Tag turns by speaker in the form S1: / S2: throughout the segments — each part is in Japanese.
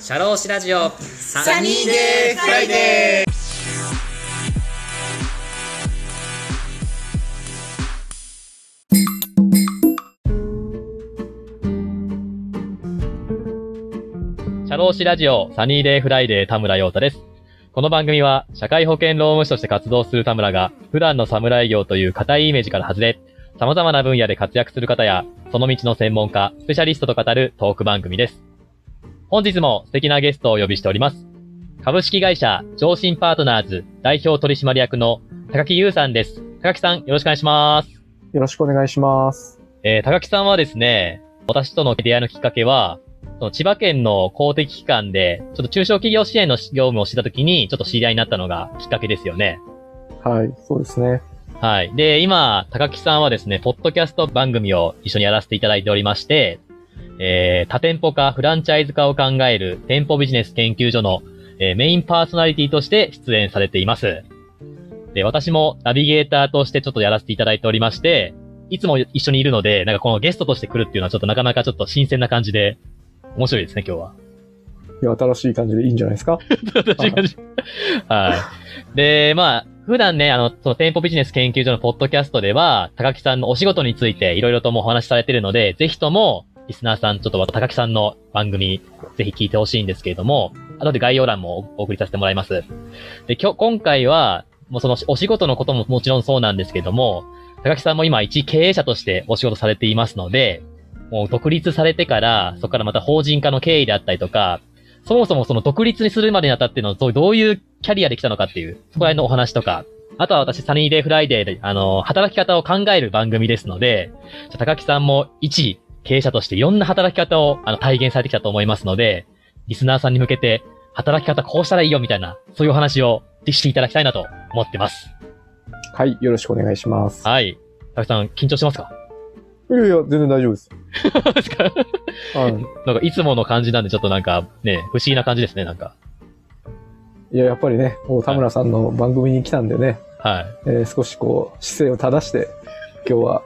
S1: シャローシラジオサ
S2: ニーデーフライデ
S1: ー
S3: 社労士ラジオサニーデイフライデー田村陽太です。この番組は社会保険労務士として活動する田村が普段の侍業という固いイメージから外れ、様々な分野で活躍する方や、その道の専門家、スペシャリストと語るトーク番組です。本日も素敵なゲストをお呼びしております。株式会社上進パートナーズ代表取締役の高木優さんです。高木さん、よろしくお願いします。
S2: よろしくお願いします。
S3: えー高木さんはですね、私との出会いのきっかけは、その千葉県の公的機関で、ちょっと中小企業支援の業務をしてた時に、ちょっと知り合いになったのがきっかけですよね。
S2: はい、そうですね。
S3: はい。で、今、高木さんはですね、ポッドキャスト番組を一緒にやらせていただいておりまして、えー、多店舗化、フランチャイズ化を考える店舗ビジネス研究所の、えーメインパーソナリティとして出演されています。で、私もナビゲーターとしてちょっとやらせていただいておりまして、いつも一緒にいるので、なんかこのゲストとして来るっていうのはちょっとなかなかちょっと新鮮な感じで、面白いですね、今日は。
S2: いや、新しい感じでいいんじゃないです か。
S3: 私がじはい。で、まあ、普段ね、あの、その店舗ビジネス研究所のポッドキャストでは、高木さんのお仕事についていろいろともお話しされているので、ぜひとも、リスナーさん、ちょっと高木さんの番組、ぜひ聞いてほしいんですけれども、後で概要欄もお送りさせてもらいます。で、今日、今回は、もうそのお仕事のことももちろんそうなんですけれども、高木さんも今一経営者としてお仕事されていますので、もう独立されてから、そこからまた法人化の経緯であったりとか、そもそもその独立にするまでにあたっての、そうどういうキャリアで来たのかっていう、そこら辺のお話とか、あとは私、サニーデイフライデーで、あの、働き方を考える番組ですので、じゃあ高木さんも一経営者としていろんな働き方をあの体現されてきたと思いますので、リスナーさんに向けて、働き方こうしたらいいよみたいな、そういうお話をしていただきたいなと思ってます。
S2: はい、よろしくお願いします。
S3: はい。高木さん、緊張してますか
S2: いやいや、全然大丈夫です。
S3: ですか
S2: はい
S3: なんか、いつもの感じなんで、ちょっとなんか、ね、不思議な感じですね、なんか。
S2: いや、やっぱりね、もう田村さんの番組に来たんでね、
S3: はい。
S2: えー少しこう、姿勢を正して、今日は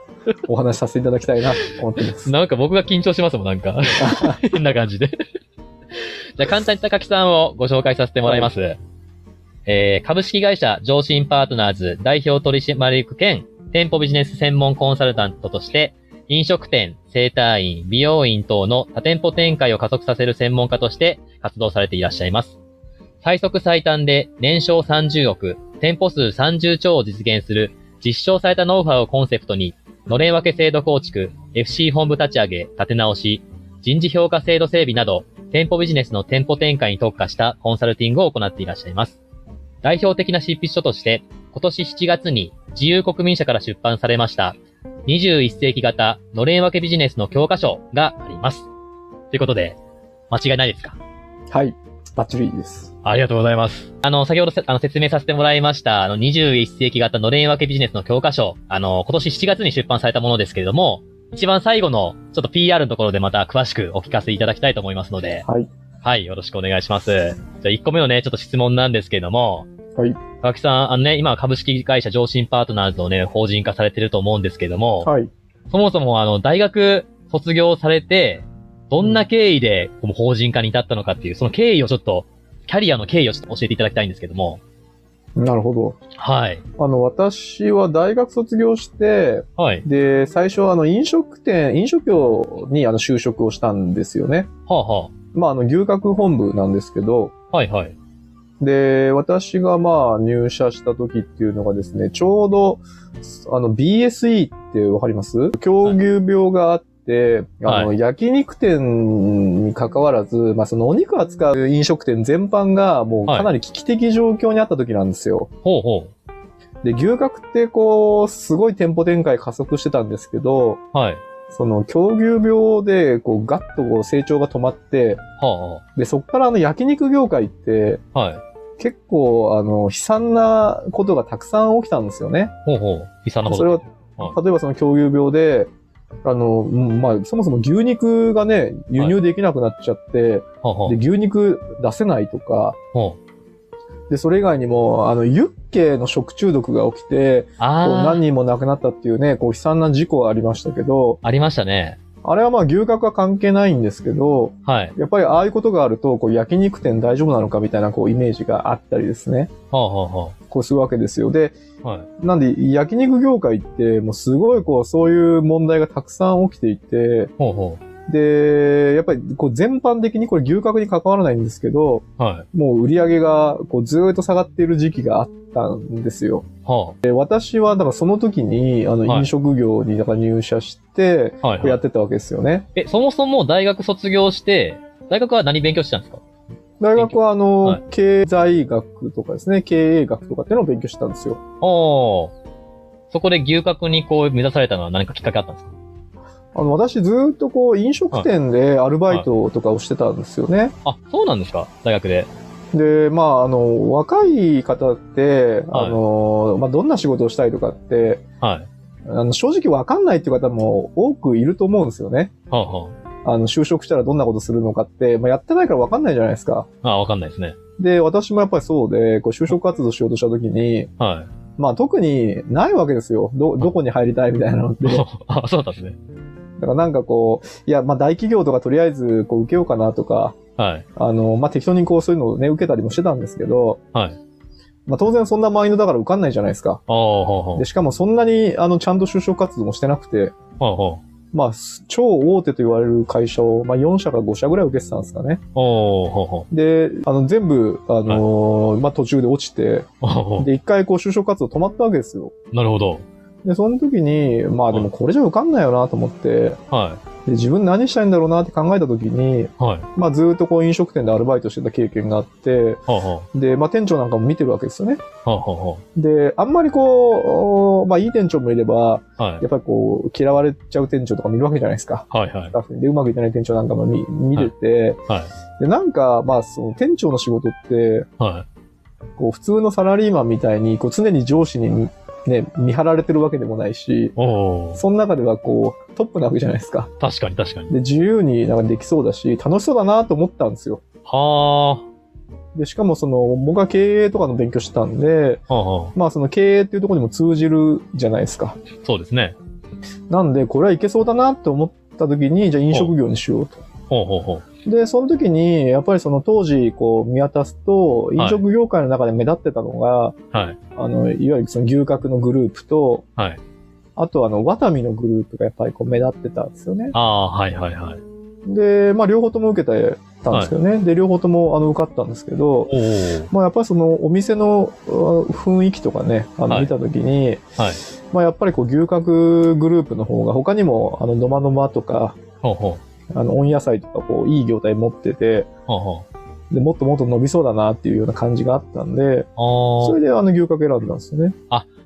S2: お話しさせていただきた いなと思ってます。
S3: なんか僕が緊張しますもん、なん か。変な感じで。じゃあ簡単に高木さんをご紹介させてもらいます。えー、株式会社上進パートナーズ代表取締役兼店舗ビジネス専門コンサルタントとして、飲食店、整体院、美容院等の多店舗展開を加速させる専門家として活動されていらっしゃいます。最速最短で年商30億、店舗数30兆を実現する実証されたノウハウをコンセプトに、のれん分け制度構築、FC 本部立ち上げ、立て直し、人事評価制度整備など、店舗ビジネスの店舗展開に特化したコンサルティングを行っていらっしゃいます。代表的な執筆書として、今年7月に自由国民社から出版されました、21世紀型のれん分けビジネスの教科書があります。ということで、間違いないですか
S2: はい、バッチリです。
S3: ありがとうございます。あの、先ほどせあの説明させてもらいました、あの、21世紀型のれん分けビジネスの教科書、あの、今年7月に出版されたものですけれども、一番最後の、ちょっと PR のところでまた詳しくお聞かせいただきたいと思いますので、
S2: はい、
S3: はい、よろしくお願いします。じゃあ、1個目のね、ちょっと質問なんですけれども、
S2: はい、
S3: 川木さん、あのね、今、株式会社上進パートナーズをね、法人化されてると思うんですけれども、
S2: はい。
S3: そもそも、あの、大学卒業されて、どんな経緯で、この法人化に至ったのかっていう、その経緯をちょっと、キャリアの経緯をちょっと教えていただきたいんですけども。
S2: なるほど。
S3: はい。
S2: あの、私は大学卒業して、
S3: はい。
S2: で、最初はあの、飲食店、飲食業にあの、就職をしたんですよね。
S3: はあ、は
S2: まあ、あの、牛角本部なんですけど、
S3: あ、はいはい。
S2: で、私がまあ、入社した時っていうのがですね、ちょうど、あの、BSE ってわかります狂牛病があって、
S3: はい
S2: あの、焼肉店に関わらず、まあ、そのお肉扱う飲食店全般が、もう
S3: はい
S2: かなり危機的状況にあった時なんですよ。
S3: ほうほ
S2: で、牛角ってこう、すごい店舗展開加速してたんですけど、
S3: う。はい。
S2: その、狂牛病で、こう、ガッとこう成長が止まって、
S3: はあ、は
S2: で、そこからあの、焼肉業界って、
S3: あ、はい。
S2: 結構、あの、悲惨なことがたくさん起きたんですよね。
S3: ほうほう。悲惨なこと。
S2: それは
S3: は、
S2: 例えばその狂牛病で、あの、うんまあ、そもそも牛肉がね、輸入できなくなっちゃって、
S3: はあ、は
S2: で、牛肉出せないとか、
S3: あ、は
S2: で、それ以外にも、あの、ユッケの食中毒が起きて、こう
S3: あ。あ
S2: 何
S3: ー。
S2: 人も亡くなったっていうね、こう悲惨な事故はありましたけど、
S3: ありましたね。
S2: あれはまあ牛角は関係ないんですけど、
S3: はい。
S2: やっぱりああいうことがあると、こう焼肉店大丈夫なのかみたいなこうイメージがあったりですね。
S3: はあ、は
S2: こうするわけですよ。で、
S3: あ、はあ。はい。
S2: なんで焼肉業界ってもうすごいこうそういう問題がたくさん起きていて、
S3: ほうほ
S2: で、やっぱりこう全般的にこれ牛角に関わらないんですけど、
S3: う。はい。
S2: もう売り上げがこうずーっと下がっている時期があったんですよ。
S3: は
S2: で私はだからその時にあの
S3: はい
S2: 飲食業にだから入社して、
S3: あ。はい、
S2: こうや
S3: は
S2: っ
S3: い。
S2: てたわけですよね。
S3: え、そもそも大学卒業して、大学は何勉強してたんですか
S2: 大学はあの、
S3: はい
S2: 経済学とかですね、経営学とかっていうのを勉強してたんですよ。
S3: おー。そこで牛角にこう目指されたのは何かきっかけあったんですか
S2: あの、私ずーっとこう飲食店でアルバイトとかをしてたんですよね。
S3: あ、そうなんですか大学で。
S2: で、まあ、あの、若い方って、
S3: はい
S2: あの、まあ、どんな仕事をしたいとかって、
S3: はい。
S2: あの、正直わかんないっていう方も多くいると思うんですよね。
S3: はあ、は
S2: あの、就職したらどんなことするのかって、まあ、やってないからわかんないじゃないですか。
S3: あ。ああ、わかんないですね。
S2: で、私もやっぱりそうで、こう、就職活動しようとした時に、
S3: はい。
S2: まあ、特にないわけですよ。ど、どこに入りたいみたいなのって。だ
S3: あ、そうだったんですね。
S2: からなんかこう、いや、まあ、大企業とかとりあえず、こう、受けようかなとか、
S3: はい。
S2: あの、まあ、適当にこう、そういうのをね、受けたりもしてたんですけど、
S3: はい。
S2: まあ、当然そんなマインドだから受かんないじゃないですか。
S3: ああ、はあ、は
S2: で、しかもそんなに、あの、ちゃんと就職活動もしてなくて、
S3: あ。はあ、はあ。
S2: まあ、す超大手と言われる会社を、まあ、4社か5社ぐらい受けてたんですかね。
S3: おー、ほうほう。
S2: で、あの、全部、あのーまあ、途中で落ちて、
S3: おーほ
S2: で、一回こう、就職活動止まったわけですよ。
S3: う。なるほど。
S2: で、その時に、まあ、でもこれじゃ受かんないよなと思って、
S3: は
S2: で、自分何したいんだろうなって考えた時に、
S3: い。はい。
S2: まあ、ずーっとこう、飲食店でアルバイトしてた経験があって、
S3: はあ、は
S2: で、まあ、店長なんかも見てるわけですよね。
S3: あ。はあ、は
S2: で、あんまりこう、まあ、いい店長もいれば、
S3: あ。はい
S2: や。っぱりこう、嫌われちゃう店長とか見るわけじゃないですか。
S3: はい、はい
S2: ス。タッフにで、うまくいってない店長なんかも見見れて、
S3: はい。
S2: で、なんか、まあ、その店長の仕事って、
S3: はい。
S2: こう、普通のサラリーマンみたいに、こう、常に上司にね、見張られてるわけでもないし、
S3: おー。
S2: その中ではこう、トップなわけじゃないですか。
S3: 確かに、確かに。
S2: で、自由になんかできそうだし、楽しそうだなと思ったんですよ。
S3: は
S2: で、しかもその、僕は経営とかの勉強してたんで、
S3: あ。はあ、はあ。
S2: まあその経営っていうところにも通じるじゃないですか。
S3: そうですね。
S2: なんで、これはいけそうだなって思った時に、じゃあ飲食業にしようと。
S3: ほうほうほう。
S2: で、その時に、やっぱりその当時、こう見渡すと、飲食業界の中で目立ってたのが、
S3: はい。
S2: あの、いわゆるその牛角のグループと、
S3: はい。
S2: あとあの、ワタミのグループがやっぱりこう目立ってたんですよね。
S3: ああ、はい、はい、はい。
S2: で、まあ両方とも受けてたんですけどね。で、両方ともあの受かったんですけど、
S3: おー。
S2: まあやっぱりそのお店のあ雰囲気とかね、あ
S3: は
S2: の
S3: い
S2: 見たときに、
S3: はい。
S2: まあやっぱりこう牛角グループの方が他にもあのドマドマとか、
S3: ほうほ
S2: あの温野菜とかこういい業態持ってて、
S3: う。ほうほう。
S2: で、もっともっと伸びそうだなっていうような感じがあったんで、
S3: あ
S2: そ
S3: ー
S2: れであの牛角選んだんですよね。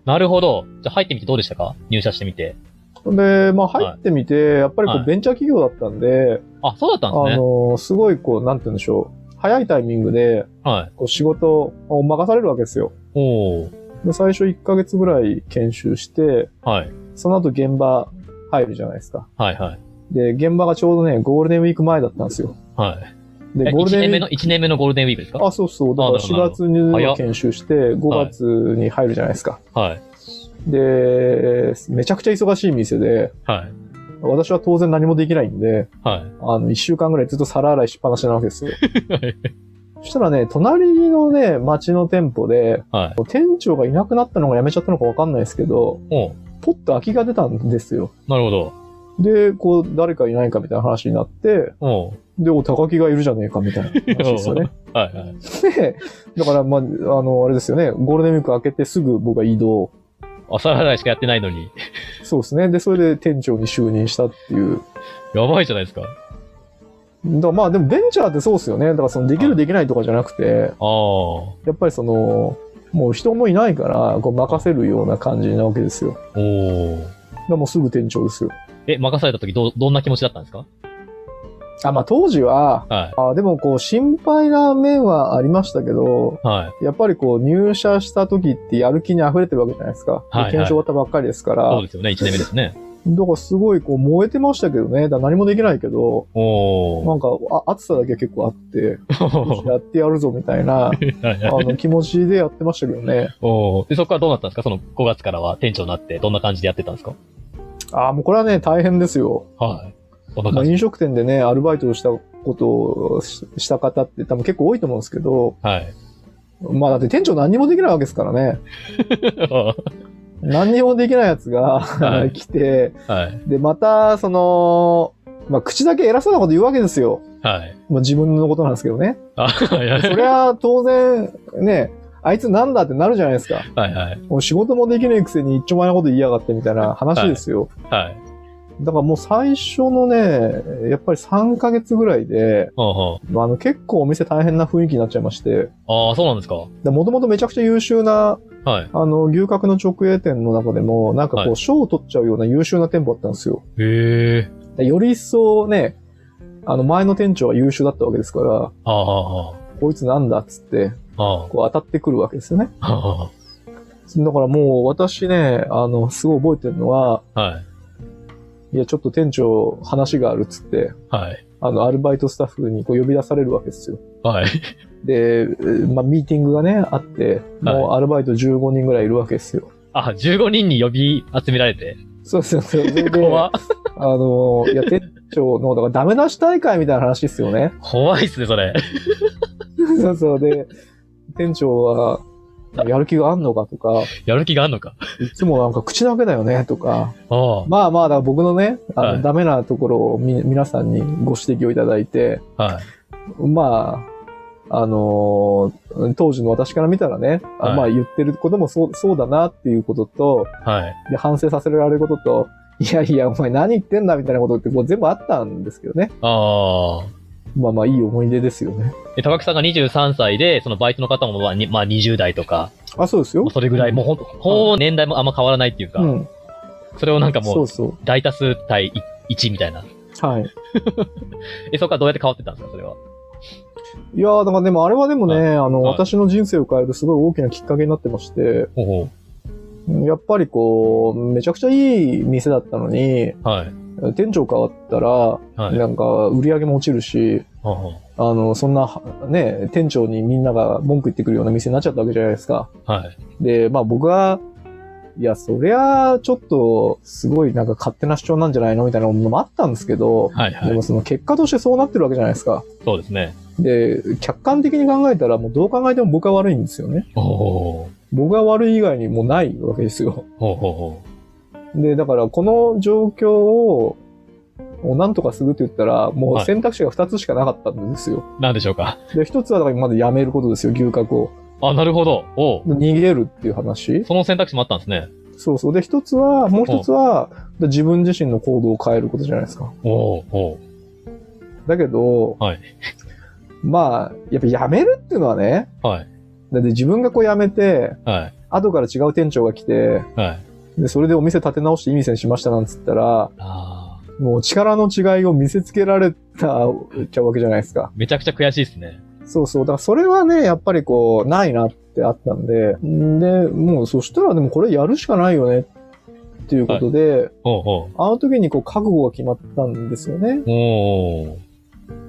S3: なるほど。じゃあ入ってみてどうでしたか入社してみて。
S2: で、まあ入ってみて、やっぱりこ
S3: は
S2: う
S3: い
S2: ベンチャー企業だったんで、
S3: あ、そうだったん
S2: あ
S3: ですね。
S2: の、すごいこう、なんて言うんでしょう。早いタイミングで、
S3: はい。
S2: こう仕事を任されるわけですよ。
S3: おー。
S2: で、最初1ヶ月ぐらい研修して、
S3: はい。
S2: その後現場入るじゃないですか。
S3: はい、はい。
S2: で、現場がちょうどね、ゴールデンウィーク前だったんですよ。
S3: はい。
S2: で、
S3: え
S2: ゴール
S3: 一年
S2: デンウ
S3: 目
S2: ィー
S3: の、一年目のゴールデンウィークです
S2: ク。
S3: か
S2: あ、そうそう。だか
S3: あな
S2: ら
S3: るほど
S2: 4月
S3: なる
S2: に
S3: ほど
S2: 研修して、5月に入るじゃないですか。
S3: はい。
S2: で、めちゃくちゃ忙しい店で、
S3: はい。
S2: 私は当然何もできないんで、
S3: はい。
S2: あの、1週間ぐらいずっと皿洗いしっぱなしなわけですよ。
S3: はい。
S2: そしたらね、隣のね、町の店舗で、
S3: はい。
S2: 店長がいなくなったのか辞めちゃったのかわかんないですけど、
S3: おー。
S2: ポッと空きが出たんですよ。
S3: なるほど。
S2: で、こう、誰かいないかみたいな話になって、
S3: おー。
S2: で、お、高木がいるじゃねえかみたいな話です よね。
S3: はいはい。
S2: で、だから、まあ、あの、あれですよね、ゴールデンウィーク明けてすぐ僕が移動。
S3: お皿洗いしかやってないのに。
S2: そうですね。で、それで店長に就任したっていう。
S3: やばいじゃないですか。あ
S2: だからまあ、でもベンチャーってそうですよね。だから、その、でき
S3: は
S2: る
S3: い
S2: できないとかじゃなくて、
S3: あ。お
S2: やっぱりその、もう人もいないから、こう、任せるような感じなわけですよ。だか
S3: ー。
S2: らもうすぐ店長ですよ。
S3: え、任された時どう、どんな気持ちだったんですか
S2: あ、まあ、当時は、
S3: は
S2: あでもこう心配な面はありましたけど、
S3: い。はい。
S2: やっぱりこう入社した時ってやる気に溢れてるわけじゃないですか。
S3: はいはい
S2: で検証終わったばっかりですから。
S3: そうですよね。1年目ですね。
S2: だからすごいこう燃えてましたけどね。だから何もできないけど、
S3: お
S2: な
S3: ー。
S2: んかあ暑さだけ結構あ って、
S3: は
S2: やってやるぞみたいな、あ
S3: いはい
S2: の気持ちでやってましたけどね。
S3: おーで、そこからどうなったんですかその5月からは店長になって、どんな感じでやってたんですか
S2: ああ、もうこれはね、大変ですよ。
S3: はどんな
S2: まあ、
S3: 感じ
S2: 飲食店でね、アルバイトをしたことをしした方って多分結構多いと思うんですけど、
S3: はい。
S2: まあだって店長何にもできないわけですからね。何にもできないやつ
S3: は
S2: が
S3: い
S2: 来て、
S3: はい。
S2: で、また、その、まあ口だけ偉そうなこと言うわけですよ。
S3: はい。
S2: まあ自分のことなんですけ どね。
S3: あ、はいは
S2: そ
S3: い。
S2: りゃ当然、ね、あいつなんだってなるじゃないですか。
S3: はいはい。
S2: もう仕事もできないくせに一丁前のこと言いやがってみたいな話ですよ。
S3: はい。
S2: だからもう最初のね、やっぱり3ヶ月ぐらいで、
S3: ほうほう。
S2: まあ、あの結構お店大変な雰囲気になっちゃいまして、
S3: ああ、そうなんですか。
S2: もともとめちゃくちゃ優秀な、
S3: はい。
S2: あの、牛角の直営店の中でも、なんかこ
S3: は
S2: う、賞、を取っちゃうような優秀な店舗だったんですよ。
S3: へえ。
S2: でより一層ね、あの、前の店長は優秀だったわけですから、
S3: ああ、は
S2: こいつなんだっつって、
S3: あ、は
S2: こう当たってくるわけですよね。
S3: あ。は
S2: だからもう私ね、あの、すごい覚えてるのは、
S3: あ。はい。
S2: いや、ちょっと店長話があるっつって、
S3: はい。
S2: あの、アルバイトスタッフにこう呼び出されるわけですよ。
S3: はい。
S2: で、えーまあ、ミーティングがね、あって、もうアルバイト15人ぐらいいるわけですよ。
S3: あ、15人に呼び集められて。
S2: そうそうそう。それで
S3: 怖っ
S2: あの、いや、店長の、だからダメ出し大会みたいな話ですよね。
S3: 怖いっすね、それ。
S2: そうそう。で、店長は、やる気があんのかとか、
S3: やる気があんのか。
S2: いつもなんか口だけだよねとか、
S3: あ
S2: まあまあ、だから僕のね、あの、
S3: はい
S2: ダメなところをみ皆さんにご指摘をいただいて、
S3: あ。はい。
S2: まあ、あの当時の私から見たらね、あ
S3: はい
S2: まあ言ってることもそうそうだなっていうことと、
S3: はい。
S2: で、反省させられることと、いやいや、お前何言ってんだみたいなことってこう全部あったんですけどね。
S3: ああ。
S2: まあまあいい思い出ですよね。
S3: え、高木さんが23歳で、そのバイトの方もまあ、にまあ、20代とか、
S2: あ、そうですよ。
S3: それぐらい、もうほん、ほぼ年代もあんま変わらないっていうか、
S2: うん。
S3: それをなんかも、
S2: そううそう。
S3: 大多数対1みたいな。
S2: はい。
S3: え、そこからどうやって変わってったんですか、それは。
S2: いやー、だからでもあれはでもね、あの、
S3: はい
S2: 私の人生を変えるすごい大きなきっかけになってまして、
S3: ほうほ
S2: やっぱりこう、めちゃくちゃいい店だったのに、
S3: う。はい。
S2: 店長変わったら、
S3: はい。
S2: なんか売り上げも落ちるし、
S3: ほうほう
S2: あの、そんな、ね、店長にみんなが文句言ってくるような店になっちゃったわけじゃないですか。
S3: はい。
S2: で、まあ僕は、いや、そりゃ、ちょっと、すごいなんか勝手な主張なんじゃないのみたいなものもあったんですけど、
S3: はい。
S2: で
S3: は
S2: も
S3: い。
S2: その結果としてそうなってるわけじゃないですか。
S3: そうですね。
S2: で、客観的に考えたら、もうどう考えても僕は悪いんですよね。
S3: ほうほ
S2: 僕が悪い以外にもうないわけですよ
S3: う。ほう。ほうほうほ
S2: で、だからこの状況を、もうなんとかするって言ったら、もう
S3: はい
S2: 選択肢が2つしかなかったんですよ。
S3: う。なんでしょうか。
S2: で、1つはだからまずやめることですよ、牛角を。
S3: あ、なるほど。おう
S2: 逃げるっていう話。
S3: その選択肢もあったんですね。
S2: そうそう。で、一つは、もう一つは、自分自身の行動を変えることじゃないですか。
S3: おうおう。
S2: だけど、
S3: はい
S2: まあ、やっぱ辞めるっていうのはね、
S3: はい。
S2: だって自分がこう辞めて、
S3: はい。
S2: 後から違う店長が来て、
S3: はい。
S2: で、それでお店立て直していい店にしましたなんつったら、
S3: ああ。
S2: もう力の違いを見せつけられた、ちゃうわけじゃないですか。
S3: めちゃくちゃ悔しいですね。
S2: そうそう。だからそれはね、やっぱりこう、ないなってあったんで、んで、もうそしたらでもこれやるしかないよねっていうことで、
S3: おうおう。
S2: あの時にこう覚悟が決まったんですよね。
S3: おう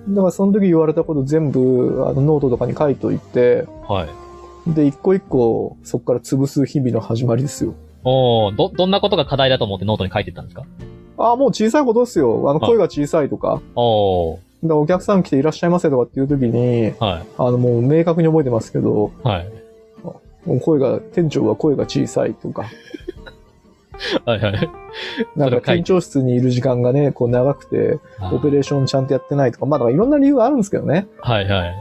S2: だからその時言われたこと全部あのノートとかに書いといて、
S3: おう。はい。
S2: で、一個一個そこから潰す日々の始まりですよ。
S3: おお、ど、どんなことが課題だと思ってノートに書いてったんですか
S2: ああ、もう小さいことですよ。あの
S3: はい
S2: 声が小さいとか。
S3: おお、
S2: だからお客さん来ていらっしゃいませとかっていう時に、
S3: は
S2: あのもう明確に覚えてますけど、
S3: い、はい、
S2: もう声が、店長は声が小さいとか、
S3: はい、はい。
S2: なんか
S3: それ書い
S2: 店長室にいる時間がね、こう長くて、オペレーションちゃんとやってないとか、まあだからいろんな理由があるんですけどね。
S3: はい、はい、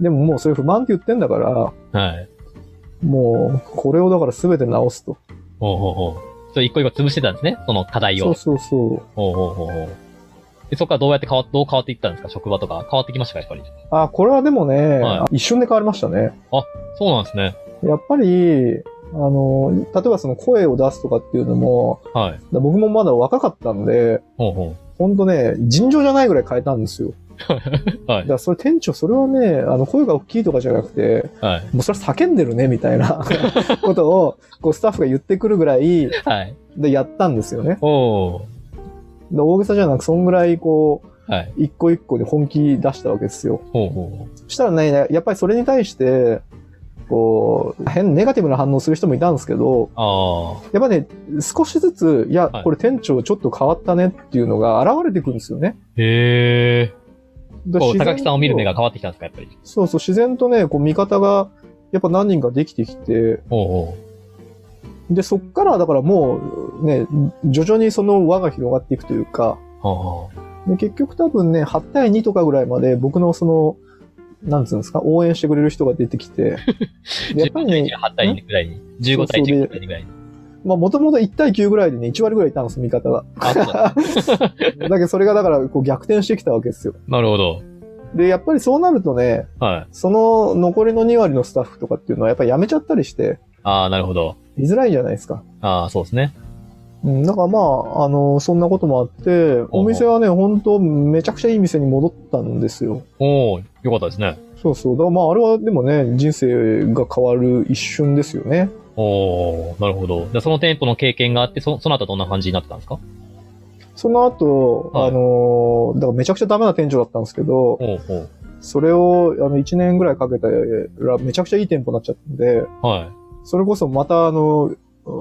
S2: でももうそれ不満って言ってんだから、
S3: はい。
S2: もうこれをだから全て直すと。
S3: おうおうおう。それ一個一個潰してたんですね、その課題
S2: そ
S3: を
S2: う。そうそう。
S3: おうおうおうおう。でそこからどうやって変わっ、どう変わっていったんですか職場とか。変わってきましたかやっぱり。
S2: あ、これはでもね、
S3: は
S2: 一瞬で変わりましたね。
S3: そうなんですね。
S2: やっぱり、あの、例えばその声を出すとかっていうのも、
S3: はい。
S2: 僕もまだ若かったんで、
S3: おう
S2: ほんとね、尋常じゃないぐらい変えたんですよ。
S3: おう。は
S2: だ
S3: い
S2: か。らそれ店長、それはね、あの、声が大きいとかじゃなくて、
S3: はい。
S2: もうそれ叫んでるね、みたい なことを、こうスタッフが言ってくるぐらい
S3: はい。
S2: でやったんですよね。
S3: おお。
S2: で大げさじゃなく、そんぐらいこう、
S3: はい。
S2: 一個一個で本気出したわけですよ。
S3: おうおう。
S2: そしたらね、やっぱりそれに対して、こう、変、ネガティブな反応する人もいたんですけど、
S3: ああ。
S2: やっぱね、少しずつ、いや、
S3: はい
S2: これ店長ちょっと変わったねっていうのが現れてくるんですよね。
S3: へえ。
S2: だか
S3: こ
S2: ら
S3: う、
S2: 自然と
S3: 高木さんを見る目が変わってきたんですか、やっぱり。
S2: そうそう、自然とね、こう、味方が、やっぱ何人かできてきて、
S3: おうおう。
S2: で、そっから、だからもう、ね、徐々にその輪が広がっていくというか、
S3: おうおう
S2: で結局多分ね、8対2とかぐらいまで僕のその、なんつうんですか、応援してくれる人が出てきて、でやっぱ
S3: 18対
S2: りね、
S3: 2、8対2ぐらいに。15対
S2: そうそう
S3: 1
S2: で
S3: ぐらいに。
S2: まあもともと1対9ぐらいでね、1割ぐらいいたんです、味方が。
S3: あ、そうだ。
S2: だけどそれがだからこう逆転してきたわけですよ。
S3: なるほど。
S2: で、やっぱりそうなるとね、
S3: はい。
S2: その残りの2割のスタッフとかっていうのはやっぱり辞めちゃったりして、
S3: ああ、なるほど。
S2: 居づらいじゃないですか。
S3: ああ、そうですね。
S2: うん、だからまあ、あの、そんなこともあって、お店はね、本当めちゃくちゃいい店に戻ったんですよ。
S3: おお、よかったですね。
S2: そうそう。だからまあ、あれはでもね、人生が変わる一瞬ですよね。
S3: おお、なるほど。じゃあその店舗の経験があって、そその後はどんな感じになってたんですか
S2: その後、
S3: はい
S2: あの、だからめちゃくちゃダメな店長だったんですけど、
S3: おうおう。
S2: それを、あの、1年ぐらいかけたら、めちゃくちゃいい店舗になっちゃったんで、
S3: はい。
S2: それこそまた、あの、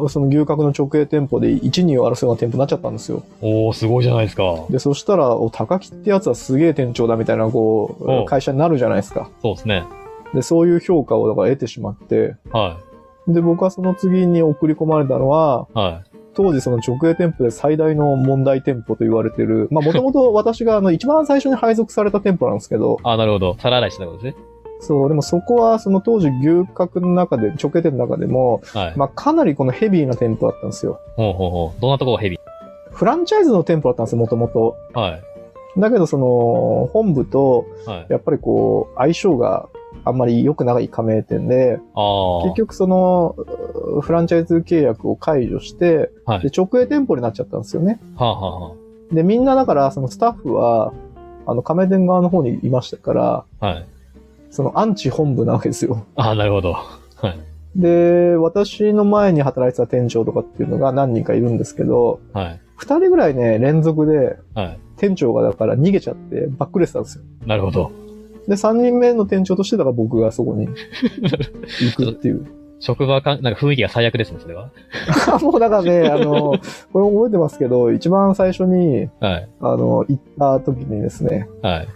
S2: その牛角の直営店舗で1、2を争うような店舗になっちゃったんですよ。
S3: おお、すごいじゃないですか。そ
S2: で、そしたら、お、高木ってやつはすげえ店長だみたいな、こ
S3: おう
S2: う、会社になるじゃないですか。
S3: うですね。
S2: で、そういう評価をだから得てしまって、
S3: は
S2: で、僕はその次に送り込まれたのは、
S3: い。は
S2: 当時その直営店舗で最大の問題店舗と言われてる、まあもともと私があの一番最初に配属された店舗なんですけど
S3: い。、ああ、なるほど。皿洗いしてたことですね。
S2: そう、でもそこはその当時牛角の中で、直営店の中でも、
S3: はい。
S2: まあかなりこのヘビーな店舗だったんですよ。
S3: ほうほうほう。どんなとこがヘビ
S2: フランチャイズの店舗だったんですよ、もともと。
S3: はい。
S2: だけどその本部と
S3: はい。
S2: やっぱりこう相性があんまり良くない加盟店で、
S3: ああ。
S2: 結局その、うフランチャイズ契約を解除して、
S3: はい
S2: で、直営店舗になっちゃったんですよね。
S3: はあ、はあは
S2: で、みんなだから、そのスタッフは、あの、加盟店側の方にいましたから、
S3: あ、はい。
S2: そのアンチ本部なわけですよ。
S3: ああ、なるほど。
S2: で、私の前に働いてた店長とかっていうのが何人かいるんですけど、
S3: はい。
S2: 二人ぐらいね、連続で、
S3: は
S2: 店長がだから逃げちゃって、バックレてたんですよ。
S3: い。なるほど。
S2: で、三人目の店長として、だから僕がそこに行くって いう。
S3: 職場かん、なんか雰囲気が最悪ですね、それは。
S2: もうだからね、あの、これ覚えてますけど、一番最初に、
S3: はい。
S2: あの、行った時にですね、
S3: はい。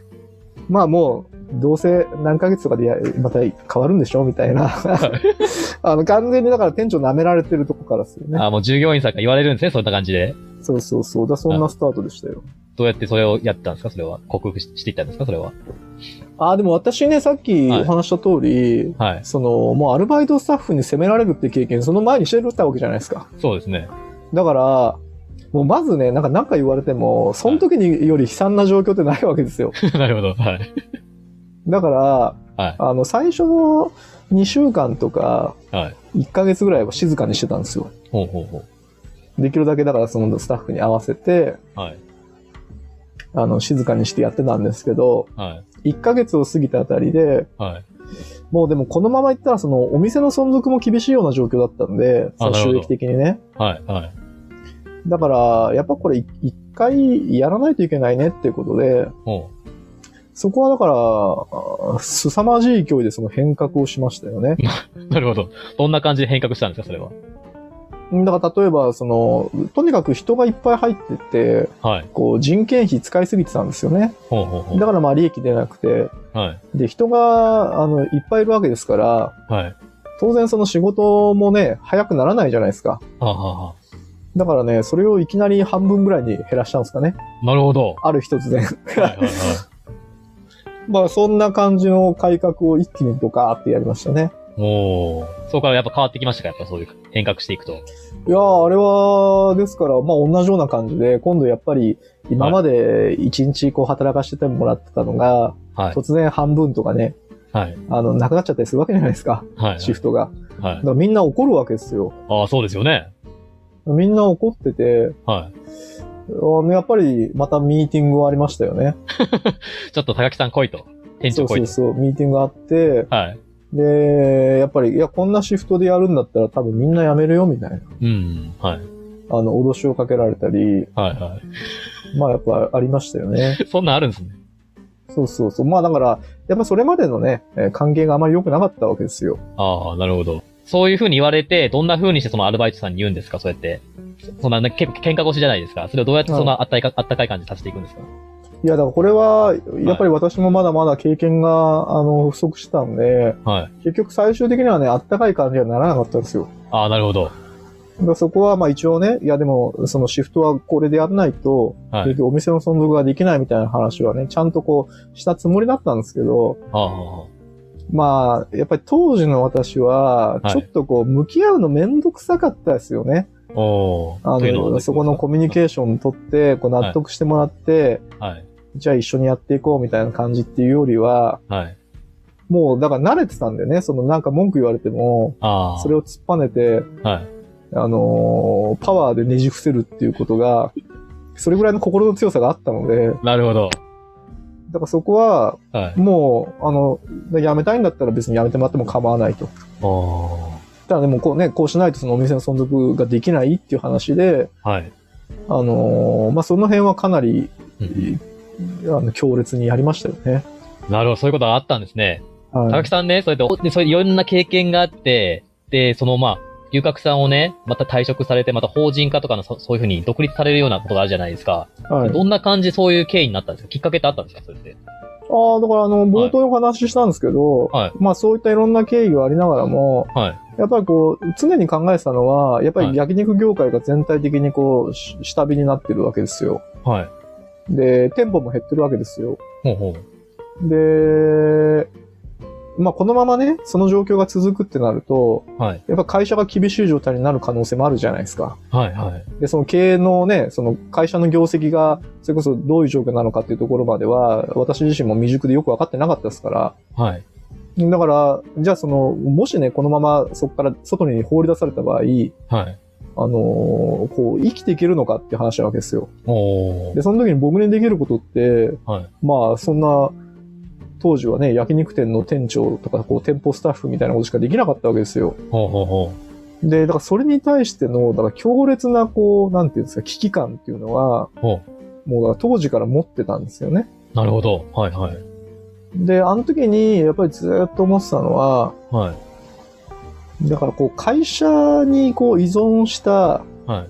S2: まあもう、どうせ何ヶ月とかでやまた変わるんでしょみ たいな。あの、完全にだから店長舐められてるとこからですよね。
S3: ああ、もう従業員さんから言われるんですね、そんな感じで。
S2: そうそうそう。だそんなスタートでしたよ。
S3: どうやってそれをやったんですか、それは。克服ししていったんですか、それは。
S2: ああ、でも私ね、さっき
S3: はい
S2: お話した通り、
S3: はい。
S2: その、もうアルバイトスタッフに責められるって経験、その前にしてるったわけじゃないですか。
S3: そうですね。
S2: だから、もうまずね、なんか何か言われても、その時により悲惨な状況ってないわけですよ。
S3: なるほど。はい。
S2: だから、
S3: はい
S2: あの、最初の2週間とか、
S3: はい。
S2: 1ヶ月ぐらいは静かにしてたんですよ。
S3: ほうほうほ
S2: できるだけだからそのスタッフに合わせて、
S3: う。はい。
S2: あの、静かにしてやってたんですけど、
S3: はい。
S2: 1ヶ月を過ぎたあたりで、
S3: はい。
S2: もうでもこのままいったらそのお店の存続も厳しいような状況だったんで、
S3: あ
S2: その
S3: なるほ
S2: 収
S3: ど
S2: 益的にね。
S3: はい。はい。
S2: だから、やっぱこれい一回やらないといけないねっていうことで、
S3: ほ
S2: そこはだからあー、凄まじい勢いでその変革をしましたよね。
S3: う。なるほど。どんな感じで変革したんですか、それは。
S2: だから例えば、その、とにかく人がいっぱい入ってって、
S3: はい。
S2: こう人件費使いすぎてたんですよね。
S3: ほうほうほ
S2: だからまあ利益出なくて、
S3: う。はい。
S2: で、人が、あの、いっぱいいるわけですから、
S3: はい。
S2: 当然その仕事もね、早くならないじゃないですか。
S3: はあ、はあは
S2: だからね、それをいきなり半分ぐらいに減らしたんですかね。
S3: あ、なるほど。
S2: ある日突然。
S3: はい。はい。はい。
S2: まあ、そんな感じの改革を一気にドカーってやりましたね。
S3: おお。そこからやっぱ変わってきましたかやっぱそういう変革していくと。
S2: いやー、あれは、ですから、まあ、同じような感じで、今度やっぱり、今まで一日こう働かせてもらってたのが、
S3: はい。
S2: 突然半分とかね、
S3: はい。
S2: あの、なくなっちゃったりするわけじゃないです か、
S3: はい。
S2: シフトが。
S3: は
S2: だ
S3: い。
S2: からみんな怒るわけですよ。
S3: ああ、そうですよね。
S2: みんな怒ってて、
S3: は
S2: あのやっぱりまたミーティングはありましたよね。
S3: い。ちょっと高木さん来いと。店
S2: そ
S3: 長
S2: う
S3: 来
S2: そ
S3: いうと。
S2: そう、ミーティングあって、
S3: はい。
S2: で、やっぱり、いや、こんなシフトでやるんだったら多分みんな辞めるよ、みたいな。
S3: うん。はい。
S2: あの、脅しをかけられたり、
S3: はいは
S2: まあやっぱありましたよね。
S3: い。そんなんあるんですね。
S2: そうそうそう。まあだから、やっぱそれまでのね、えー関係があまり良くなかったわけですよ。
S3: ああ、なるほど。そういう風に言われて、どんな風にしてそのアルバイトさんに言うんですかそうやって。そんな、ね、結構喧嘩腰じゃないですか。それをどうやってそのあったかいか、あったかい感じにさせていくんですか
S2: いや、だからこれは、やっぱり私もまだまだ経験が、あの、不足してたんで、
S3: はい。
S2: 結局最終的にはね、あったかい感じにはならなかったんですよ。
S3: ああ、なるほど。
S2: だからそこは、まあ一応ね、いやでも、そのシフトはこれでやんないと、
S3: は
S2: 結
S3: い。
S2: 局お店の存続ができないみたいな話はね、ちゃんとこう、したつもりだったんですけど、
S3: ああ、
S2: まあ、やっぱり当時の私は
S3: は、い
S2: ちょっとこう、向き合うのめんどくさかったですよね。
S3: おー
S2: あ
S3: というはどうい
S2: の、
S3: う
S2: そこのコミュニケーション取って、こう納得してもらって、
S3: ですかはい。
S2: じゃあ一緒にやっていこうみたいな感じっていうよりは、
S3: はい。
S2: もうだから慣れてたんだよね。そのなんか文句言われても、
S3: ああ。
S2: それを突っぱねて、
S3: はい。
S2: あのーパワーでねじ伏せるっていうことが、それぐらいの心の強さがあったので、
S3: なるほど。
S2: だからそこは、
S3: はい。
S2: もう、あの、辞めたいんだったら別に辞めてもらっても構わないと。
S3: おー
S2: ただでもこうね、こうしないとそのお店の存続ができないっていう話で、
S3: はい。
S2: あのーまあ、その辺はかなり、
S3: うん
S2: あの強烈にやりましたよね。
S3: なるほど。そういうことがあったんですね。高
S2: はい
S3: 木。さんね、そうやってお、でそういういろんな経験があって、で、そのまあ、遊郭さんをね、また退職されて、また法人化とかのそそういうふうに独立されるようなことがあるじゃないですか。
S2: はい、
S3: どんな感じそういう経緯になったんですかきっかけってあったんですかそれって。
S2: ああ、だからあの、冒頭にお話ししたんですけど、
S3: はい
S2: まあそういったいろんな経緯がありながらも、
S3: はい。
S2: やっぱりこう、常に考えてたのは、やっぱ
S3: は
S2: り
S3: い
S2: 焼肉業界が全体的にこう、し下火になってるわけですよ。
S3: はい。
S2: で、店舗も減ってるわけですよ。
S3: ほうほう。
S2: で、まあこのままね、その状況が続くってなると、
S3: はい。
S2: やっぱ会社が厳しい状態になる可能性もあるじゃないですか。
S3: はい、はい。
S2: で、その経営のね、その会社の業績が、それこそどういう状況なのかっていうところまでは、私自身も未熟でよくわかってなかったですから、
S3: はい。
S2: だから、じゃあその、もしね、このままそこから外に放り出された場合、あ
S3: はい。
S2: のーこう、生きていけるのかっていう話なわけですよ。
S3: おー
S2: で、その時に僕にできることって、
S3: はい。
S2: まあ、そんな、当時はね、焼肉店の店長とか、こう、店舗スタッフみたいなことしかできなかったわけですよ。
S3: ほうほうほ
S2: で、だからそれに対しての、だから強烈な、こう、なんていうんですか、危機感っていうのは、
S3: う。ほ
S2: もうだから当時から持ってたんですよね。
S3: う。なるほど。はい、はい。
S2: で、あの時に、やっぱりずっと思ってたのは、
S3: はい。
S2: だからこう会社にこう依存した
S3: はい。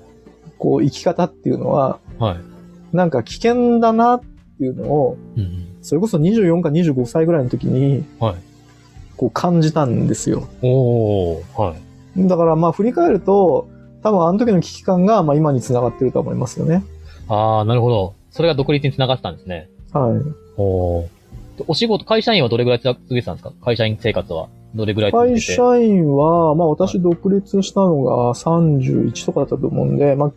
S2: こう生き方っていうのは
S3: はい。
S2: なんか危険だなっていうのを
S3: うんうん。
S2: それこそ24か25歳ぐらいの時に
S3: はい
S2: こう感じたんですよ。
S3: おーはい。
S2: だからまあ振り返ると多分あの時の危機感がまあ今につながってると思いますよね。
S3: あー、なるほど。それが独立につながってたんですね。
S2: はい。
S3: おお。でお仕事、会社員はどれぐらい続けてたんですか会社員生活は。どれぐらい続け
S2: 会
S3: てて
S2: 社員はまあ私独立したのが31とかだったと思うんでまあ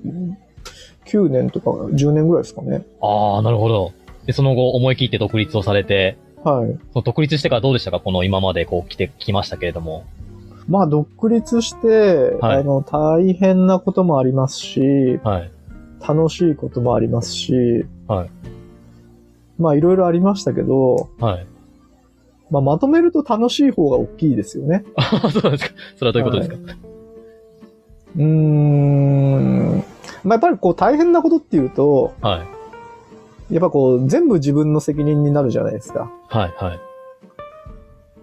S2: 9年とか10年ぐらいですかね。
S3: ああ、なるほど。で、その後思い切って独立をされて、
S2: はい。
S3: その独立してからどうでしたかこの今までこう来てきましたけれども。
S2: まあ、独立して、
S3: はい
S2: あの、大変なこともありますし、
S3: はい。
S2: 楽しいこともありますし、
S3: はい
S2: まあ、いろいろありましたけど、
S3: はい。
S2: まあ、まとめると楽しい方が大きいですよね。
S3: あそうなんですか。それはどういうことですか、
S2: うーん。まあ、やっぱりこう、大変なことっていうと、
S3: はい、
S2: やっぱこう、全部自分の責任になるじゃないですか。
S3: はい、はい。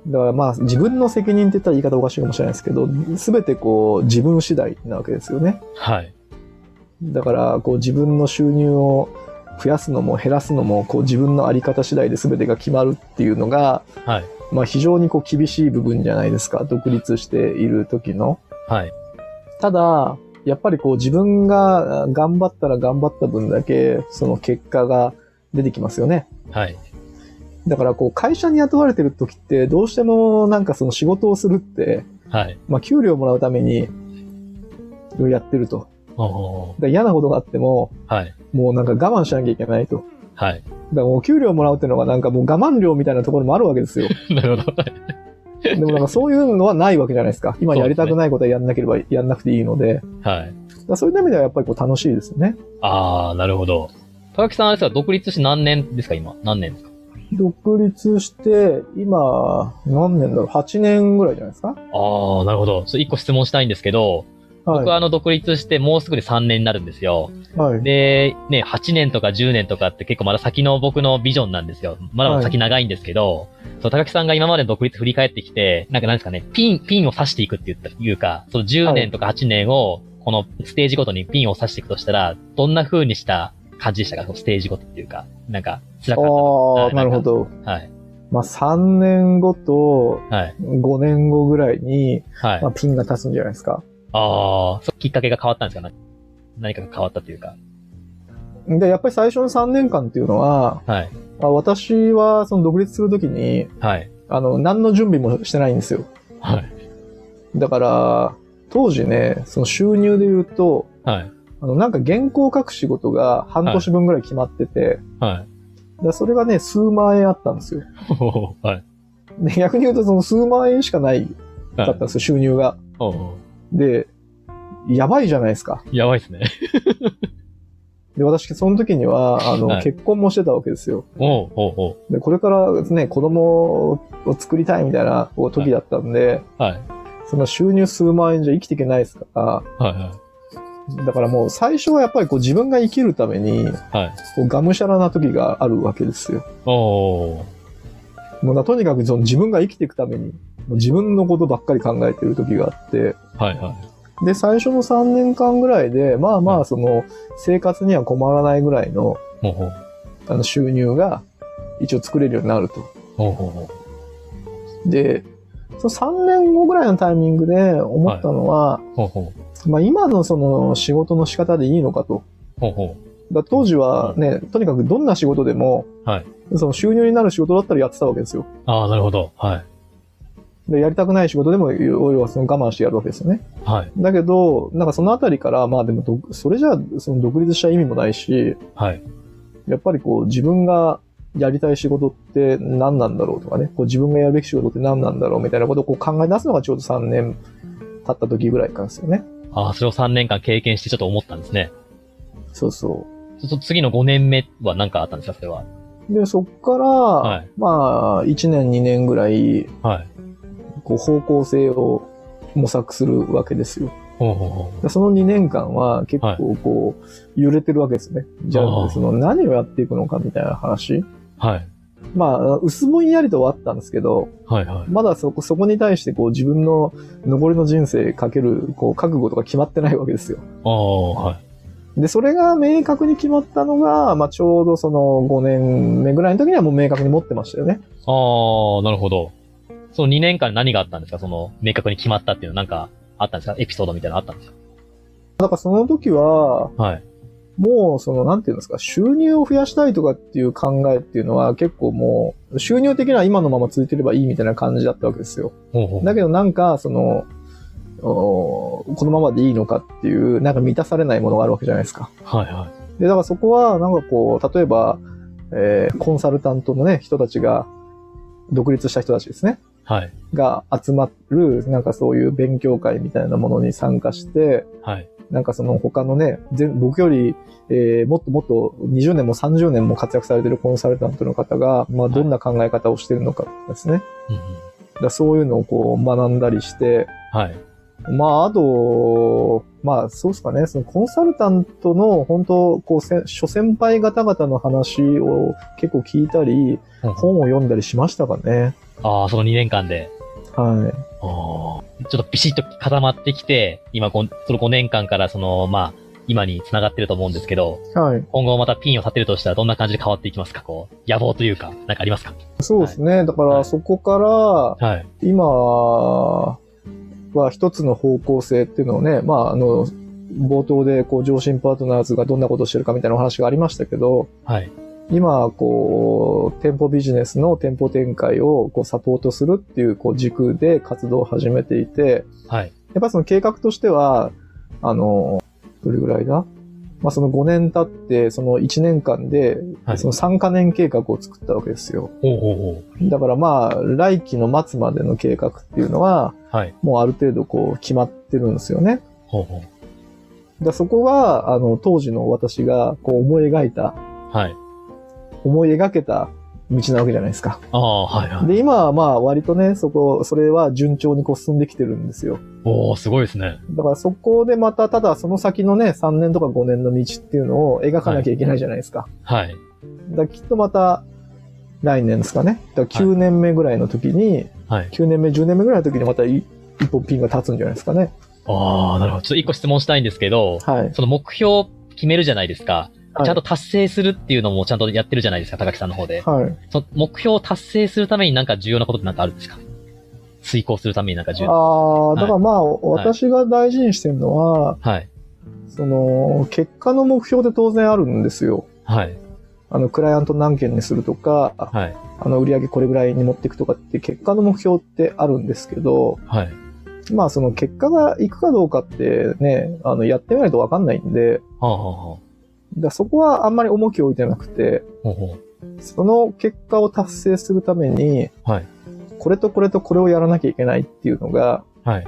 S2: だからまあ、自分の責任って言ったら言い方おかしいかもしれないですけど、すべてこう、自分次第なわけですよね。
S3: はい。
S2: だから、こう自分の収入を増やすのも減らすのも、こう自分のあり方次第で全てが決まるっていうのが、
S3: はい。
S2: まあ非常にこう厳しい部分じゃないですか。独立している時の。
S3: はい。
S2: ただ、やっぱりこう自分があ頑張ったら頑張った分だけ、その結果が出てきますよね。
S3: はい。
S2: だからこう会社に雇われてる時って、どうしてもなんかその仕事をするって、
S3: はい。
S2: まあ給料もらうためにやってると。
S3: おお
S2: だから嫌なことがあっても、
S3: ー。はい。
S2: もうなんか我慢しなきゃいけないと。
S3: はい。
S2: だからお給料もらうっていうのがなんかもう我慢料みたいなところもあるわけです よ。
S3: なるほど。
S2: でもなんかそういうのはないわけじゃないですか。今やりたくないことはやんなければやんなくていいので。
S3: はい。
S2: だからそういう意味ではやっぱりこう楽しいですよね。
S3: ああ、なるほど。高木さんあれですか、独立して何年ですか今。何年ですか
S2: 独立して、今、何年だろう ?8 年ぐらいじゃないですか
S3: ああ、なるほど。それ一個質問したいんですけど、
S2: はい
S3: 僕はあの独立してもうすぐで3年になるんですよ。
S2: はい。
S3: で、ね、8年とか10年とかって結構まだ先の僕のビジョンなんですよ。まだまだ先長いんですけど、そう、高木さんが今までの独立振り返ってきて、なんかなんですかね、ピン、ピンを刺していくって言った、いうか、その10年とか8年を、このステージごとにピンを刺していくとしたら、どんな風にした感じでしたかそのステージごとっていうか、なんか、辛かったと
S2: あ
S3: は
S2: あ、
S3: い
S2: なるほど。
S3: か。はい。
S2: まあ、3年後と
S3: はい。
S2: 5年後ぐらいに、
S3: はい。
S2: まあ、ピンが立つんじゃないですか。
S3: ああ、そうきっかけが変わったんですかな何かが変わったというか。
S2: で、やっぱり最初の3年間っていうのは、
S3: はい。
S2: まあ私はその独立するときに、
S3: はい。
S2: あの、何の準備もしてないんですよ。
S3: はい。
S2: だから、当時ね、その収入で言うと、
S3: はい。
S2: あの、なんか原稿を書く仕事が半年分ぐらい決まってて、
S3: はい。
S2: でそれがね、数万円あったんですよ。
S3: おーはい。
S2: で、逆に言うとその数万円しかないかったんですよ、収入が。
S3: おお
S2: で、やばいじゃないですか。
S3: やばいっすね。
S2: で、私、その時には、あの、
S3: はい
S2: 結婚もしてたわけですよ。
S3: おうおうおう
S2: で、これからね、子供を作りたいみたいなこう時だったんで、
S3: はい。
S2: その収入数万円じゃ生きていけないですか
S3: はいは
S2: ら、だからもう最初はやっぱりこう自分が生きるために、
S3: い。はい。
S2: こうがむしゃらな時があるわけですよ。
S3: おお
S2: もうなとにかくその自分が生きていくために、もう自分のことばっかり考えてる時があって、
S3: はいはい。
S2: で、最初の3年間ぐらいで、まあま
S3: は
S2: あ、その、生活には困らないぐらいの、
S3: おうおう
S2: あの、収入が、一応作れるようになると。
S3: おうおう
S2: で、その3年後ぐらいのタイミングで思ったのは、
S3: おうおう
S2: まあ今のその仕事の仕方でいいのかと。
S3: おうおう
S2: だ当時はね、とにかくどんな仕事でも、
S3: はい
S2: その収入になる仕事だったらやってたわけですよ。
S3: ああ、なるほど。はい。で
S2: でやりたくない仕事でも、要はその我慢してやるわけですよね。
S3: はい。
S2: だけど、なんかそのあたりから、まあでもど、それじゃあその独立した意味もないし、
S3: はい。
S2: やっぱりこう自分がやりたい仕事って何なんだろうとかね、こう自分がやるべき仕事って何なんだろうみたいなことをこう考え出すのがちょうど3年経った時ぐらいからですよね。
S3: ああ、それを3年間経験してちょっと思ったんですね。
S2: そうそ
S3: ちょっと次の5年目は何かあったんですかそれは。
S2: う。で、そっから、
S3: い
S2: まあ、1年2年ぐらい、
S3: はい。
S2: こう方向性を模索するわけですよ。
S3: おうおうおう
S2: でその2年間は結構こう、揺れてるわけですね。じゃ
S3: あ
S2: あ、
S3: あ
S2: その何をやっていくのかみたいな話。
S3: はい。
S2: まあ、薄ぼんやりとはあったんですけど、
S3: はいはい。
S2: まだそこ、そこに対してこう自分の残りの人生かけるこう覚悟とか決まってないわけですよ。
S3: ああ、はい。
S2: で、それが明確に決まったのが、まあちょうどその5年目ぐらいの時にはもう明確に持ってましたよね。
S3: ああ、なるほど。その2年間何があったんですかその、明確に決まったっていうのは何かあったんですかエピソードみたいなのあったんですか
S2: だからその時は、
S3: はい。
S2: もうその、なんていうんですか、収入を増やしたいとかっていう考えっていうのは結構もう、収入的には今のまま続いてればいいみたいな感じだったわけですよ。
S3: ほうほう
S2: だけどなんか、その、おーこのままでいいのかっていう、なんか満たされないものがあるわけじゃないですか。
S3: はいはい。
S2: で、だからそこは、なんかこう、例えば、えーコンサルタントのね、人たちが、独立した人たちですね、
S3: はい。
S2: が集まる、なんかそういう勉強会みたいなものに参加して、
S3: はい。
S2: なんかその他のね、全僕より、えーもっともっと20年も30年も活躍されてるコンサルタントの方が、まあどんな考え方をしてるのかですね。
S3: うんうん
S2: だからそういうのをこう学んだりして、
S3: はい。
S2: まあ、あと、まあ、そうですかね、そのコンサルタントの、本当こう、せ諸先輩方々の話を結構聞いたり、本を読んだりしましたかね。
S3: ああ、その2年間で。あ
S2: はい。
S3: あ。ちょっとピシッと固まってきて、今こん、その5年間からその、まあ、今に繋がってると思うんですけど、
S2: はい。
S3: 今後またピンを立てるとしたらどんな感じで変わっていきますかこう、野望というか、なんかありますか
S2: そうですね。だか
S3: は
S2: ら、
S3: い
S2: そこから、
S3: はい。
S2: 今は一つの方向性っていうのをね、まあ、あの、冒頭で、こう、上進パートナーズがどんなことをしてるかみたいなお話がありましたけど、
S3: はい。
S2: 今、こう、店舗ビジネスの店舗展開をこうサポートするっていうこう軸で活動を始めていて、
S3: はい。
S2: やっぱその計画としては、あの、どれぐらいだまあその5年経って、その1年間で、
S3: はい
S2: その3カ年計画を作ったわけですよ。
S3: ほうほうほ
S2: だからまあ、来期の末までの計画っていうのは、
S3: う。はい。
S2: もうある程度こう決まってるんですよね。
S3: ほうほう。
S2: だからそこは、あの、当時の私がこう思い描いた、
S3: はい。
S2: 思い描けた道なわけじゃないですか。
S3: ああ、はいはい。
S2: で、今はまあ割とね、そこ、それは順調にこう進んできてるんですよ。
S3: おおすごいですね。
S2: だからそこでまた、ただその先のね、3年とか5年の道っていうのを描かなきゃいけないじゃないですか。
S3: はい。
S2: だからきっとまた、来年ですかね。だから9年目ぐらいの時に、
S3: はい。
S2: 9年目、10年目ぐらいの時にまたい一本ピンが立つんじゃないですかね。
S3: ああ、なるほど。ちょっと一個質問したいんですけど、
S2: はい。
S3: その目標を決めるじゃないですか。
S2: はい
S3: ちゃんと達成するっていうのもちゃんとやってるじゃないですか、高木さんの方で。
S2: はい。
S3: その目標を達成するためになんか重要なことってなんかあるんですか遂行するためになんか重要
S2: ああ、だからまあ、
S3: い
S2: 私が大事にしてるのは、
S3: はい。
S2: その、結果の目標で当然あるんですよ。
S3: はい。
S2: あの、クライアント何件にするとか、
S3: はい。
S2: あの、売り上げこれぐらいに持っていくとかって、結果の目標ってあるんですけど、
S3: はい。
S2: まあ、その結果がいくかどうかってね、あの、やってみないとわかんないんで、
S3: はあ、はあはあ、
S2: だからそこはあんまり重きを置いてなくて、
S3: ほうほ
S2: その結果を達成するために、
S3: う。はい。
S2: これとこれとこれをやらなきゃいけないっていうのが、
S3: はい。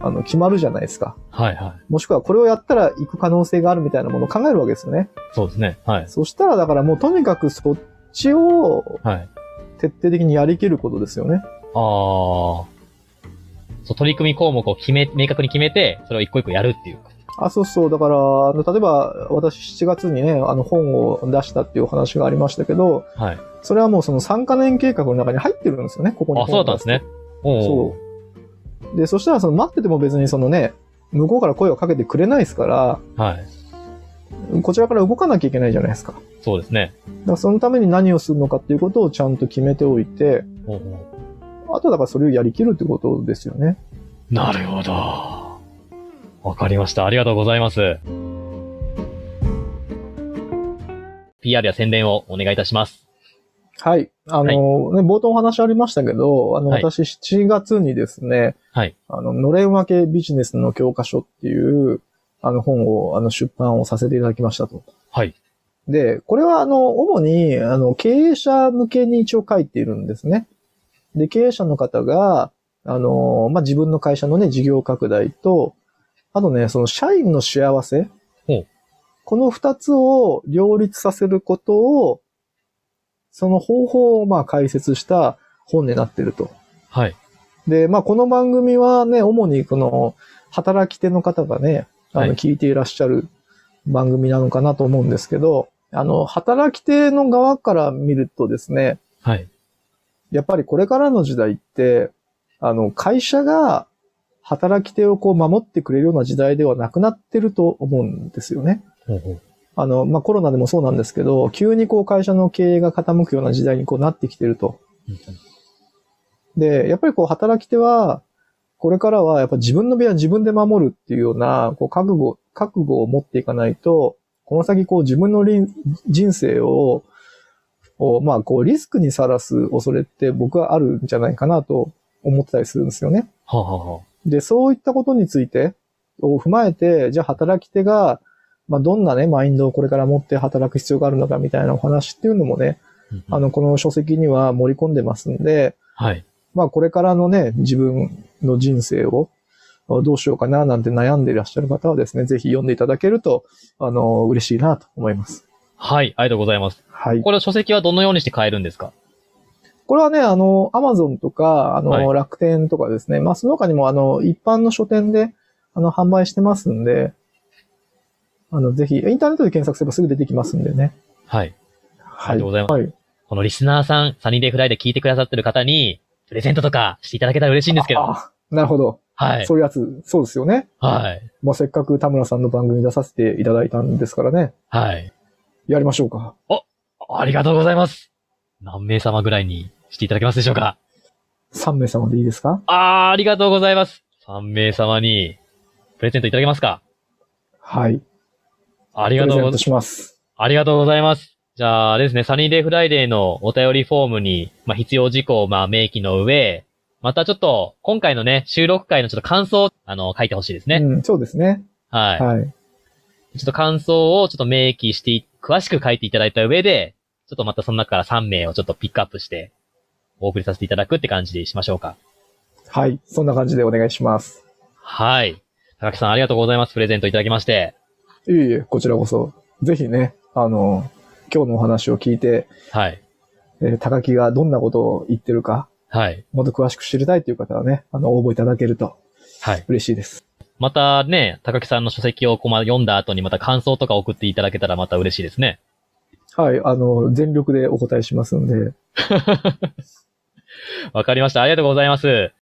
S2: あの、決まるじゃないですか。
S3: はい。はい。
S2: もしくはこれをやったら行く可能性があるみたいなものを考えるわけですよね。
S3: そうですね。はい。
S2: そしたらだからもうとにかくそっちを
S3: はい。
S2: 徹底的にやりきることですよね。
S3: ああ。そう、取り組み項目を決め、明確に決めて、それを一個一個やるっていう。
S2: あ、そうそう。だから、あの例えば私7月にね、あの本を出したっていうお話がありましたけど、
S3: はい。
S2: それはもうその3カ年計画の中に入ってるんですよね、ここに。
S3: あ、そうだったんですね。。お
S2: そ
S3: お。
S2: う。で、そしたらその待ってても別にそのね、向こうから声をかけてくれないですから、
S3: はい。
S2: こちらから動かなきゃいけないじゃないですか。だか
S3: そうですね。
S2: らそのために何をするのかっていうことをちゃんと決めておいて、
S3: おうお
S2: あとだからそれをやりきるってことですよね。
S3: うなるほど。わかりました。ありがとうございます。PR や宣伝をお願いいたします。
S2: はい。あの、ね、冒頭お話ありましたけど、あの、
S3: はい
S2: 私7月にですね、
S3: はい。
S2: あの、のれん分けビジネスの教科書っていう、あの本を、あの、出版をさせていただきましたと。
S3: はい。
S2: で、これはあの、主に、あの、経営者向けに一応書いているんですね。で、経営者の方が、あの、まあ、自分の会社のね、事業拡大と、あとね、その社員の幸せ
S3: ほう。
S2: この二つを両立させることを、その方法をまあ解説した本になっていると。
S3: はい。
S2: で、まあ、この番組はね、主にこの、働き手の方がね、あ
S3: はい
S2: の、聞いていらっしゃる番組なのかなと思うんですけど、あの、働き手の側から見るとですね、
S3: はい。
S2: やっぱりこれからの時代って、あの、会社が働き手をこう守ってくれるような時代ではなくなってると思うんですよね。
S3: ほうほう。
S2: あの、まあ、コロナでもそうなんですけど、急にこう会社の経営が傾くような時代にこうなってきてると。
S3: うん
S2: で、やっぱりこう働き手は、これからはやっぱ自分の身は自分で守るっていうような、こう覚悟、覚悟を持っていかないと、この先こう自分のりん人生を、をまあこうリスクにさらす恐れって僕はあるんじゃないかなと思ってたりするんですよね。
S3: はあ、はあは
S2: で、そういったことについてを踏まえて、じゃあ働き手が、まあどんなね、マインドをこれから持って働く必要があるのかみたいなお話っていうのもね、
S3: あ、
S2: あの、この書籍には盛り込んでますんで、
S3: はい。
S2: まあこれからのね、自分の人生をどうしようかななんて悩んでいらっしゃる方はですね、ぜひ読んでいただけると、あの、嬉しいなと思います。
S3: はい。ありがとうございます。
S2: はい。
S3: これを書籍はどのようにして買えるんですか
S2: これはね、あの、アマゾンとか、あの、
S3: はい
S2: 楽天とかですね、まあその他にもあの、一般の書店で、あの、販売してますんで、あの、ぜひ、インターネットで検索すればすぐ出てきますんでね。
S3: はい。ありが
S2: はい
S3: とう。ございます。
S2: はい。
S3: このリスナーさん、サニーデイフライで聞いてくださってる方に、プレゼントとかしていただけたら嬉しいんですけど。
S2: あ、なるほど。
S3: はい。
S2: そういうやつ、そうですよね。
S3: はい。
S2: まあせっかく田村さんの番組出させていただいたんですからね。
S3: はい。
S2: やりましょうか。
S3: ありがとうございます。何名様ぐらいにしていただけますでしょうか
S2: 3名様でいいですか
S3: あー、ありがとうございます。3名様に、プレゼントいただけますか
S2: はい。
S3: あ
S2: あ
S3: りがとう
S2: プレゼ
S3: ご
S2: ントします。
S3: ありがとうございます。じゃあ、あれですね、サニーデイフライデーのお便りフォームに、まあ、必要事項を、まあ、明記の上、またちょっと、今回のね、収録会のちょっと感想を、あの、書いてほしいですね。
S2: うん、そうですね。
S3: はい。
S2: はい。
S3: ちょっと感想をちょっと明記してい、詳しく書いていただいた上で、ちょっとまたその中から3名をちょっとピックアップして、お送りさせていただくって感じでしましょうか。
S2: はい。そんな感じでお願いします。
S3: はい。高木さんありがとうございます。プレゼントいただきまして。
S2: いえいえ、こちらこそ。ぜひね、あの、今日のお話を聞いて、
S3: はい。
S2: えー高木がどんなことを言ってるか、
S3: はい。
S2: もっと詳しく知りたいという方はね、あの、応募いただけると
S3: はい。
S2: 嬉しいです。
S3: またね、高木さんの書籍をこま読んだ後にまた感想とか送っていただけたらまた嬉しいですね。
S2: はい、あの、全力でお答えしますんで、
S3: わかりました。ありがとうございます。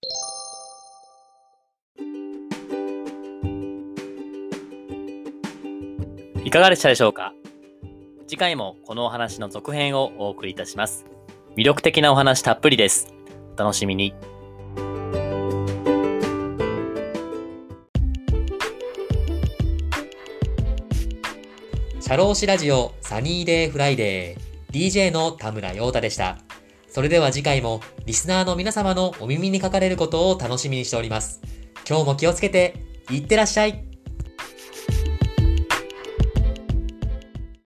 S1: いかがでしたでしょうか次回もこのお話の続編をお送りいたします。魅力的なお話たっぷりです。お楽しみに。社労士ラジオサニーデイフライデー DJ の田村陽太でした。それでは次回もリスナーの皆様のお耳にかかれることを楽しみにしております。今日も気をつけていってらっしゃい。